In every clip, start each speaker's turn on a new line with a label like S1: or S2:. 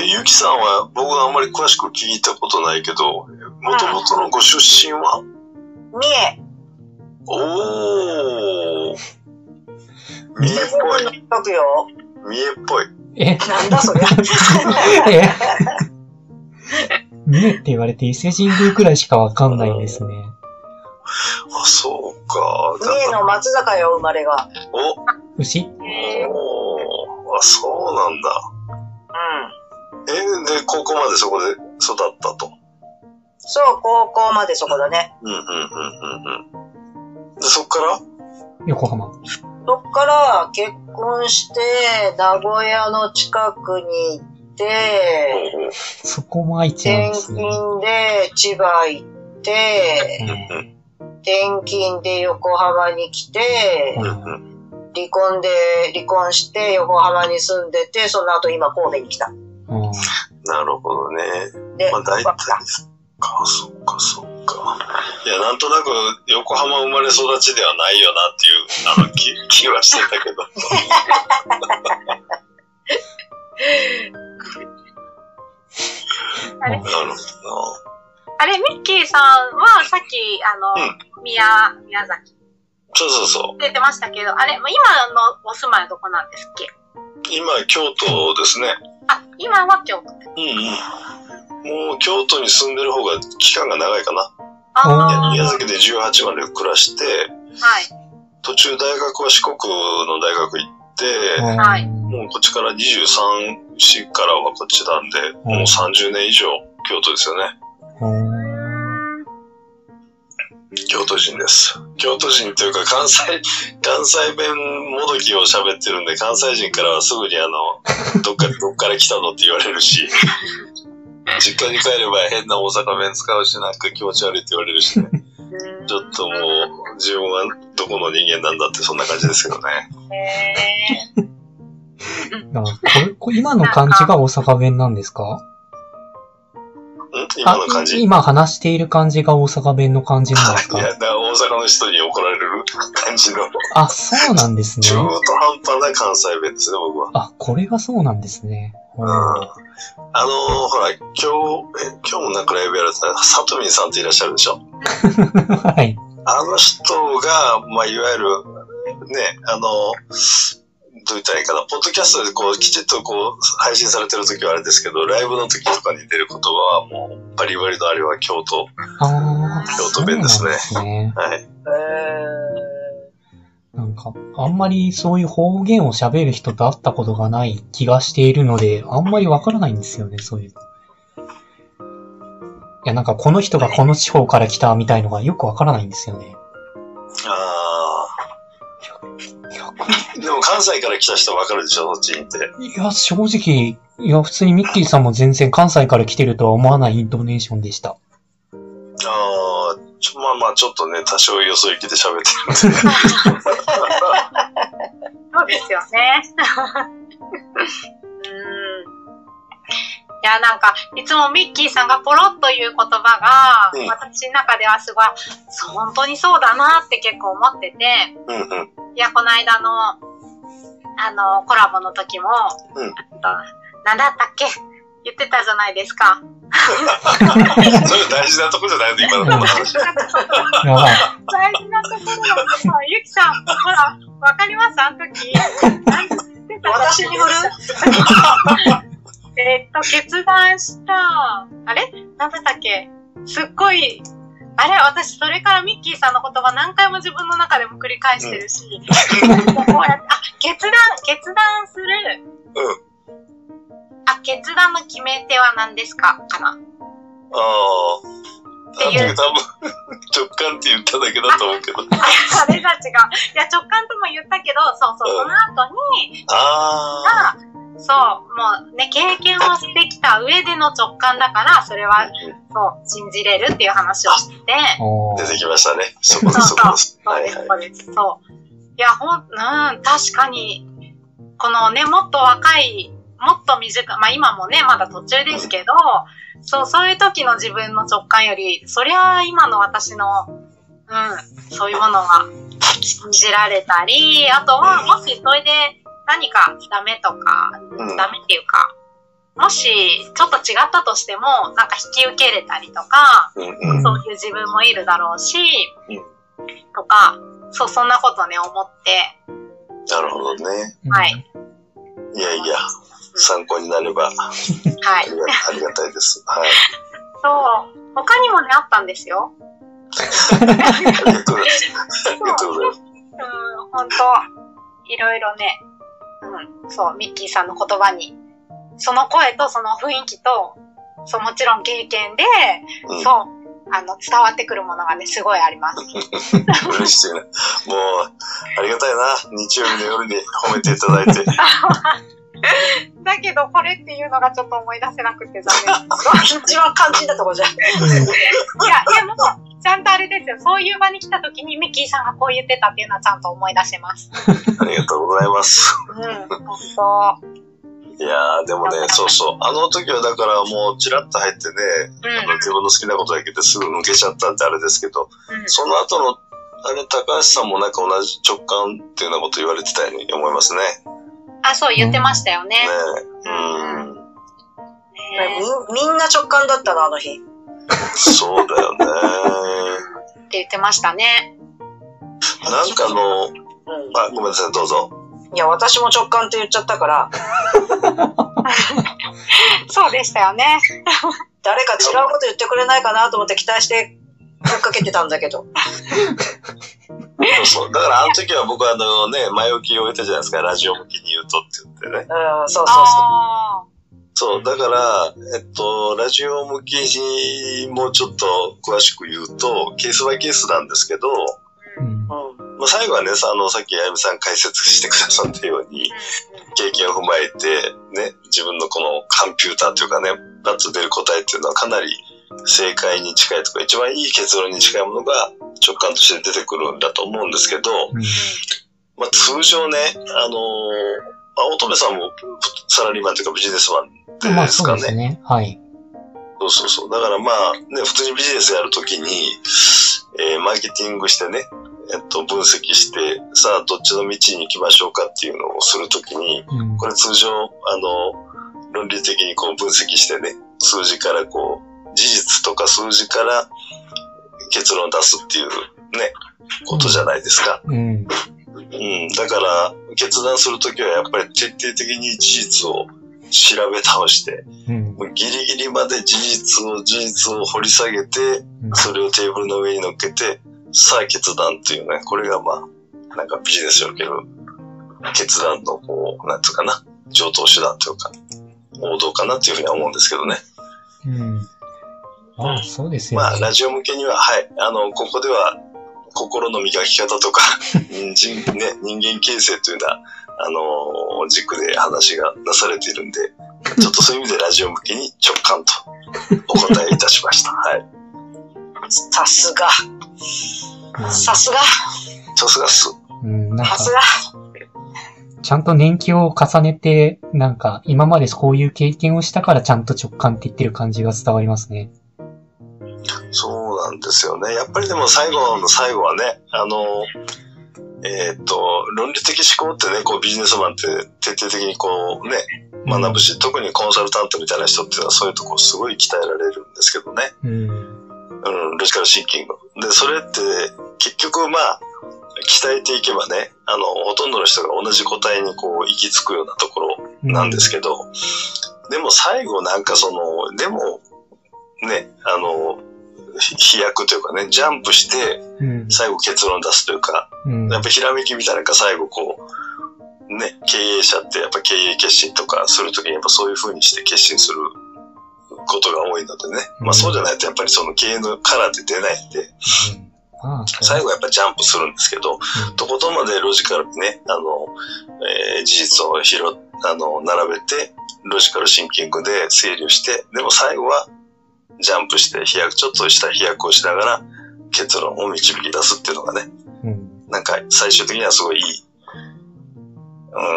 S1: え、ゆきさんは僕はあんまり詳しく聞いたことないけど、もともとのご出身は、
S2: 三重、
S1: おー。三重っぽい。
S2: 全国のくよ。
S1: 三重っぽい。
S3: え、
S2: なんだそりゃ。
S3: え、三重って言われて伊勢神宮くらいしかわかんないんですね。
S1: あ、そうか。
S2: 三重の松坂よ、生まれが。
S1: お
S3: 牛
S1: おーあ、そうなんだ。え、
S2: うん。
S1: で、高校までそこで育ったと。
S2: そう、高校までそこだね。
S1: うんうんうんうんうん。で、そっから
S3: 横浜。
S2: そっから結婚して、名古屋の近くに行って、
S3: そこも愛知なん
S2: 転
S3: ですね。
S2: 勤で千葉行って、
S3: うん
S2: 転勤で横浜に来て、
S1: う
S3: うんん
S1: うん
S2: 離婚で、離婚して横浜に住んでて、その後今神戸に来た。
S3: うん
S1: なるほどね。
S2: で、
S1: まあ、大体
S2: バカ
S1: そっか、そっか、そっか。いや、なんとなく横浜生まれ育ちではないよなっていう、あの、 気気はしてたけど。
S4: あれ
S3: う
S1: なるほ
S4: あれ、ミッキーさんはさっき、あの、宮、宮崎
S1: どな。そうそうそ
S4: 出てましたけど、あれ、もう今のお住まいはどこなんですっけ
S1: う。今、京都ですね。
S4: あ、今は京都。
S1: うんうん。もう京都に住んでる方が期間が長いかな。
S4: ああ、
S1: 宮
S4: はい。
S1: 崎で18まで暮らして、途中大学は四国の大学行って、
S4: はい
S1: もうこっちから23、4からはこっちなんで、もう30年以上京都ですよね。
S3: うん
S1: 京都人です。京都人というか関西、関西弁もどきを喋ってるんで、関西人からはすぐにあ の、どっから、どっから来たのって言われるし、実家に帰れば変な大阪弁使うし、なんか気持ち悪いって言われるしね。ちょっともう、自分はどこの人間なんだってそんな感じですけどね。
S4: へ
S3: なんかこれこれ今の感じが大阪弁なんですか
S1: ん今の感
S3: あ
S1: じ。
S3: 今話している感じが大阪弁の感じなんです
S1: い
S3: か
S1: や、だ大阪の人に怒られる感じの、
S3: あ、そうなんですね
S1: 中。途半端な関西弁ですね、僕は。
S3: あ、これがそうなんですね。
S1: うんあのー、ほら、今日、え今日もなんかライブやられてた、さとみんさんっていらっしゃるでしょ。
S3: はい。
S1: あの人が、まあ、いわゆる、ね、あの、どう言ったらいいかな、ポッドキャストでこう、きちっとこう、配信されてる時はあれですけど、ライブの時とかに出る言葉は、もう、バリバリのあれは京都。
S3: ああ、
S1: 京都弁ですね
S3: そうなんね。
S1: はい。
S2: えー
S3: なんか、あんまりそういう方言を喋る人と会ったことがない気がしているので、あんまりわからないんですよね、そういうの。いや、なんかこの人がこの地方から来たみたいのがよくわからないんですよね。
S1: あ
S3: いや、
S1: あ。でも関西から来た人わかるでしょ、そっちに行って。
S3: いや正直、いや、普通にミッキーさんも全然関西から来てるとは思わないイントネーションでした。
S1: ああ、ちょまあまあ、ちょっとね、多少よそ行きで喋ってるんで。
S4: ーそうですよね。 うんいや、なんか、いつもミッキーさんがポロッという言葉が、
S1: うん
S4: 私の中ではすごい、そう本当にそうだなって結構思ってて、
S1: うんうん。
S4: いや、この間の、あの、コラボの時も、
S1: うん
S4: あとなんだったっけ言ってたじゃないですか。
S1: それ大事なとこじゃないの、今のこの話。
S3: やばい。
S4: 大事なところだそうゆきさん、ほら、わかりますあの時。なんて言ってた
S2: 私に振る
S4: えーっと、決断した、あれなんだったっけすっごい、あれ私、それからミッキーさんの言葉何回も自分の中でも繰り返してるし、もうこうやって、あ、決断、決断する。あ、決断の決め手は何ですかかな。
S1: ああ。
S4: っていう
S1: 多分、直感って言っただけだと思うけど。
S4: あれが違う。いや、直感とも言ったけど、そうそう、その後に、
S1: ああ。
S4: あそう、もうね、経験をしてきた上での直感だから、それは、そう、信じれるっていう話をしてて、
S3: お
S1: 出て
S3: ー
S1: きましたね。そこです、そ
S4: そう
S1: こで
S4: そう
S1: す。
S4: そう
S1: はい
S4: で
S1: は
S4: す、
S1: い。
S4: そうです。そう。いや、ほん、うん、確かに、このね、もっと若い、もっと短い、まあ今もね、まだ途中ですけど、そう、そういう時の自分の直感より、そりゃあ今の私の、うん、そういうものが信じられたり、あとは、もしそれで何かダメとか、
S1: うん
S4: ダメっていうか、もし、ちょっと違ったとしても、なんか引き受けれたりとか、
S1: うんうん
S3: うん
S4: そういう自分もいるだろうし、とか、そう、そんなことね、思って、
S1: なるほどね。
S3: うん
S4: はい。
S1: いやいや、
S4: うん
S1: 参考になればあ
S4: はい。
S1: りがありがたいです。はい。
S4: そう、他にもね、あったんですよ。
S1: ありがとうございます。ありがとうございます。
S4: うん、本当いろいろね、うん、そう、ミッキーさんの言葉に、その声とその雰囲気と、そう、もちろん経験で、
S1: うん
S4: そう、あの、伝わってくるものがね、すごいあります。
S1: 嬉しいな。もう、ありがたいな。日曜日の夜に褒めていただいて。
S4: だけど、これっていうのがちょっと思い出せなくて残念です。
S2: 一番肝心なとこじゃん。
S4: いや、でも、ちゃんとあれですよ、そういう場に来た時にミッキーさんがこう言ってたっていうのはちゃんと思い出せます。
S1: ありがとうございます。
S4: うん、本
S1: いやー、でもね、そうそう。あの時はだからもうチラッと入ってね、
S4: 当う
S1: あの自分の好きなことだけですぐ抜けちゃったんであれですけど、
S4: ん、うん。
S1: その後の、あれ、高橋さんもなんか同じ直感っていうようなこと言われてたように思いますね。
S4: あ、そう、言ってましたよ
S1: ね
S4: ね。
S1: え。
S4: うん
S1: うん。
S4: ね
S2: みみんな直感だったな、あの日。
S1: そうだよね。
S4: って言ってましたね。
S1: なんかあの、
S2: うん。
S1: あ、ごめんなさい、どうぞ。
S2: いや、私も直感って言っちゃったから、
S4: そうでしたよね。
S2: 誰か違うこと言ってくれないかなと思って期待して、追っかけてたんだけど。
S1: そうそう。だからあの時は僕はあのね、前置きを置いたじゃないですか、ラジオ向きに言うとって言ってね。
S2: うん、そうそうそ
S4: あ
S1: そう、だから、えっと、ラジオ向きにもちょっと詳しく言うと、ケースバイケースなんですけど、
S3: うん
S2: う。うん。
S1: まあ、最後はね、さあの、さっきあやみさん解説してくださったように、経験を踏まえて、ね、自分のこのコンピューターというかね、ラッと出る答えっていうのはかなり正解に近いとか、一番いい結論に近いものが直感として出てくるんだと思うんですけど、
S3: うん
S1: まあ、通常ね、あのーまあ、乙女さんもサラリーマンというかビジネスマン
S3: ま
S1: で
S3: あ
S1: す
S3: そう
S1: か
S3: で
S1: ね
S3: す。ね。はい。
S1: そうそうそう。だからまあ、ね、普通にビジネスやるときに、えーマーケティングしてね、えっと、分析して、さあ、どっちの道に行きましょうかっていうのをするときに、
S3: うん
S1: これ通常、あの、論理的にこう分析してね、数字からこう、事実とか数字から結論を出すっていうね、ことじゃないですか。
S3: うん。
S1: うん。だから、決断するときはやっぱり徹底的に事実を調べ倒して、
S3: うん。
S1: もうギリギリまで事実を事実を掘り下げて、
S3: うん
S1: それをテーブルの上に乗っけて、さあ決断っていうね、これがまあ、なんかビジネスにおける決断のこう、なんつうかな、上等手段というか、王道かなっていうふうには思うんですけどね。
S3: うん。まあそうですよ
S1: まあ、
S3: ね
S1: ラ。ジオ向けには、はい、あの、ここでは、心の磨き方と か、人人ね、人間形成というような、あのー軸で話がなされているんで、ちょっとそういう意味でラジオ向けに直感 とお答えいたしました。はい。
S2: さすが。さすが。
S1: さすがっす。
S3: うん。うんなん
S2: さ
S3: か
S2: すが。
S3: ちゃんと年季を重ねて、なんか、今までこういう経験をしたからちゃんと直感って言ってる感じが伝わりますね。
S1: そうなんですよね。やっぱりでも最後の最後はね、あの、えーっと、論理的思考ってね、こうビジネスマンって徹底的にこうね、学ぶし、特にコンサルタントみたいな人っていうのはそういうとこすごい鍛えられるんですけどね。
S3: うん。
S1: うん、ロジカルシンキング。で、それって、結局、まあ、鍛えていけばね、あの、ほとんどの人が同じ答えにこう、行き着くようなところなんですけど、でも最後なんかその、でも、ね、あの、ひ飛躍というかね、ジャンプして、
S3: ど。うん。
S1: 最後結論出すというか、
S3: うん。
S1: やっぱひらめきみたいなのが最後こう、ね、経営者ってやっぱ経営決心とかするときにやっぱそういう風にして決心することが多いのでね。まあそうじゃないとやっぱりその経営のカラーって出ないんで、
S3: うんまあ、そう
S1: 最後はやっぱジャンプするんですけど、
S3: うん
S1: とことんまでロジカルにね、あの、えー事実を拾っ、あの、並べて、ロジカルシンキングで整理をして、でも最後はジャンプして飛躍、ちょっとした飛躍をしながら結論を導き出すっていうのがね、
S3: うん。
S1: なんか最終的にはすごいいい、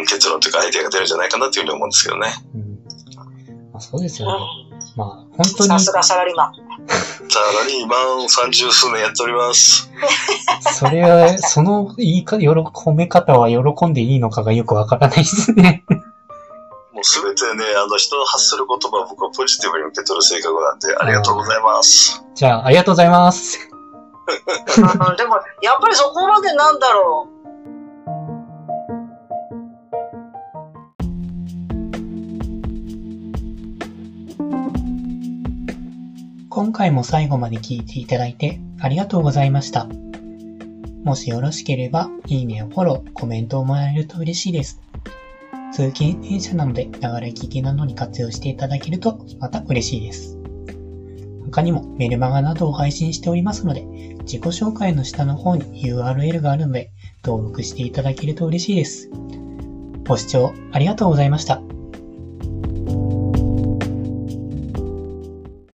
S1: うん、結論というかアイデアが出るんじゃないかなというふうに思うんですけどね。
S3: うん。まあ、そうですよね。
S2: う
S3: まあ、本当
S2: ん
S3: に
S2: さ、すがサラリーマン。
S1: さらに今三十数年やっております。
S3: それは、その言いか、喜褒め方は喜んでいいのかがよくわからないですね。
S1: もう全てね、あの人の発する言葉を僕はポジティブに受け取る性格なんで、ありがとうございます。
S3: じゃあ、ありがとうございます。
S2: うんでも、やっぱりそこまでなんだろう。
S3: 今回も最後まで聞いていただいてありがとうございました。もしよろしければ、いいねをフォロー、コメントをもらえると嬉しいです。通勤電車なので、流れ聞きなどに活用していただけると、また嬉しいです。他にもメルマガなどを配信しておりますので、自己紹介の下の方に URL があるので、登録していただけると嬉しいです。ご視聴ありがとうございました。